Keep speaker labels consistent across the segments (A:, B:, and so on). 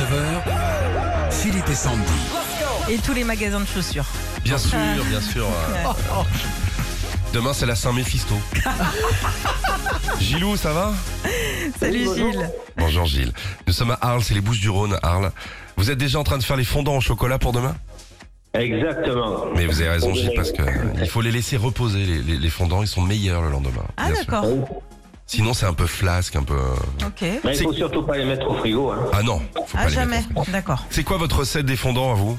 A: 19h, Philippe et Sandy.
B: Et tous les magasins de chaussures.
C: Bien sûr, bien sûr. euh, Demain, c'est la Saint-Méphisto. Gilou, ça va
B: Salut Gilles.
C: Bonjour Gilles. Nous sommes à Arles, c'est les Bouches-du-Rhône, Arles. Vous êtes déjà en train de faire les fondants au chocolat pour demain
D: Exactement.
C: Mais vous avez raison Gilles, parce que euh, il faut les laisser reposer, les, les- les fondants, ils sont meilleurs le lendemain.
B: Ah
C: bien sûr.
B: d'accord.
C: Sinon, c'est un peu flasque, un peu... euh,
B: Ok.
D: Mais il faut surtout pas les mettre au frigo. Hein.
C: Ah non, faut pas
B: Ah
C: les
B: jamais.
C: mettre.
B: D'accord.
C: C'est quoi votre recette des fondants à vous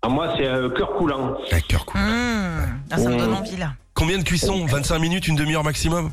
D: À moi, c'est un cœur coulant.
C: Un cœur cool.
B: Mmh. Ah, ça me donne
D: Mmh.
B: envie là.
C: Combien de cuissons 25 minutes, une demi-heure maximum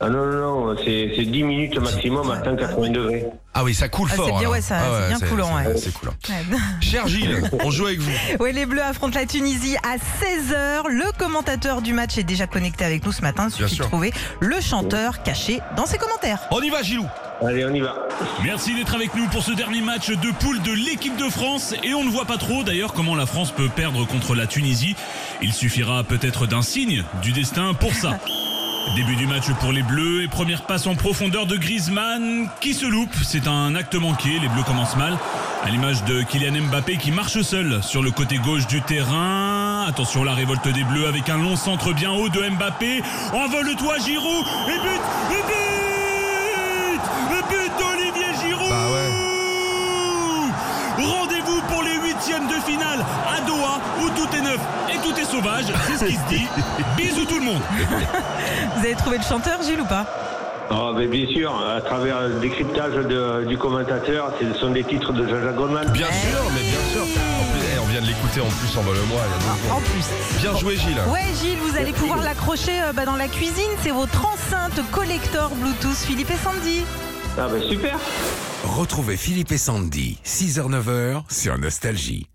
D: Ah non, non, non, c'est c'est 10 minutes maximum à 180 degrés.
C: Ah oui, ça coule
B: Ah, c'est
C: fort.
B: bien,
C: alors.
B: ouais, ça-
C: Ah
B: c'est bien coulant,
C: c'est-
B: ouais.
C: C'est coulant.
B: Ouais.
C: Cher Gilles, on joue avec vous.
B: Ouais, les Bleus affrontent la Tunisie à 16h. Le commentateur du match est déjà connecté avec nous ce matin. Il suffit de
C: sûr.
B: trouver le chanteur caché dans ses commentaires.
C: On y va, Gilou
D: Allez, on y va.
E: Merci d'être avec nous pour ce dernier match de poule de l'équipe de France et on ne voit pas trop d'ailleurs comment la France peut perdre contre la Tunisie. Il suffira peut-être d'un signe du destin pour ça. Début du match pour les Bleus et première passe en profondeur de Griezmann qui se loupe. C'est un acte manqué, les Bleus commencent mal. À l'image de Kylian Mbappé qui marche seul sur le côté gauche du terrain. Attention la révolte des Bleus avec un long centre bien haut de Mbappé. Envole-toi Giroud et but et but et but d'Olivier Giroud.
C: Bah ouais.
E: Rendez-vous pour les huitièmes de finale à Doha où tout est neuf et tout est sauvage. C'est ce qui se dit. Bisous tout le monde.
B: Vous avez trouvé le chanteur Gilles ou pas
D: Ah, ben, bien sûr, à travers le décryptage de- du commentateur, ce sont des titres de Jean-Jacques Goldman.
C: Bien sûr, mais bien sûr. En plus, eh, on vient de l'écouter en plus en bas le mois. il y a deux
B: En
C: secondes.
B: plus.
C: Bien joué, Gilles.
B: Ouais Gilles, vous allez pouvoir l'accrocher euh, bah, dans la cuisine. C'est votre enceinte collector Bluetooth Philippe et Sandy.
D: Ah, ben super.
A: Retrouvez Philippe et Sandy, 6h-9h sur Nostalgie.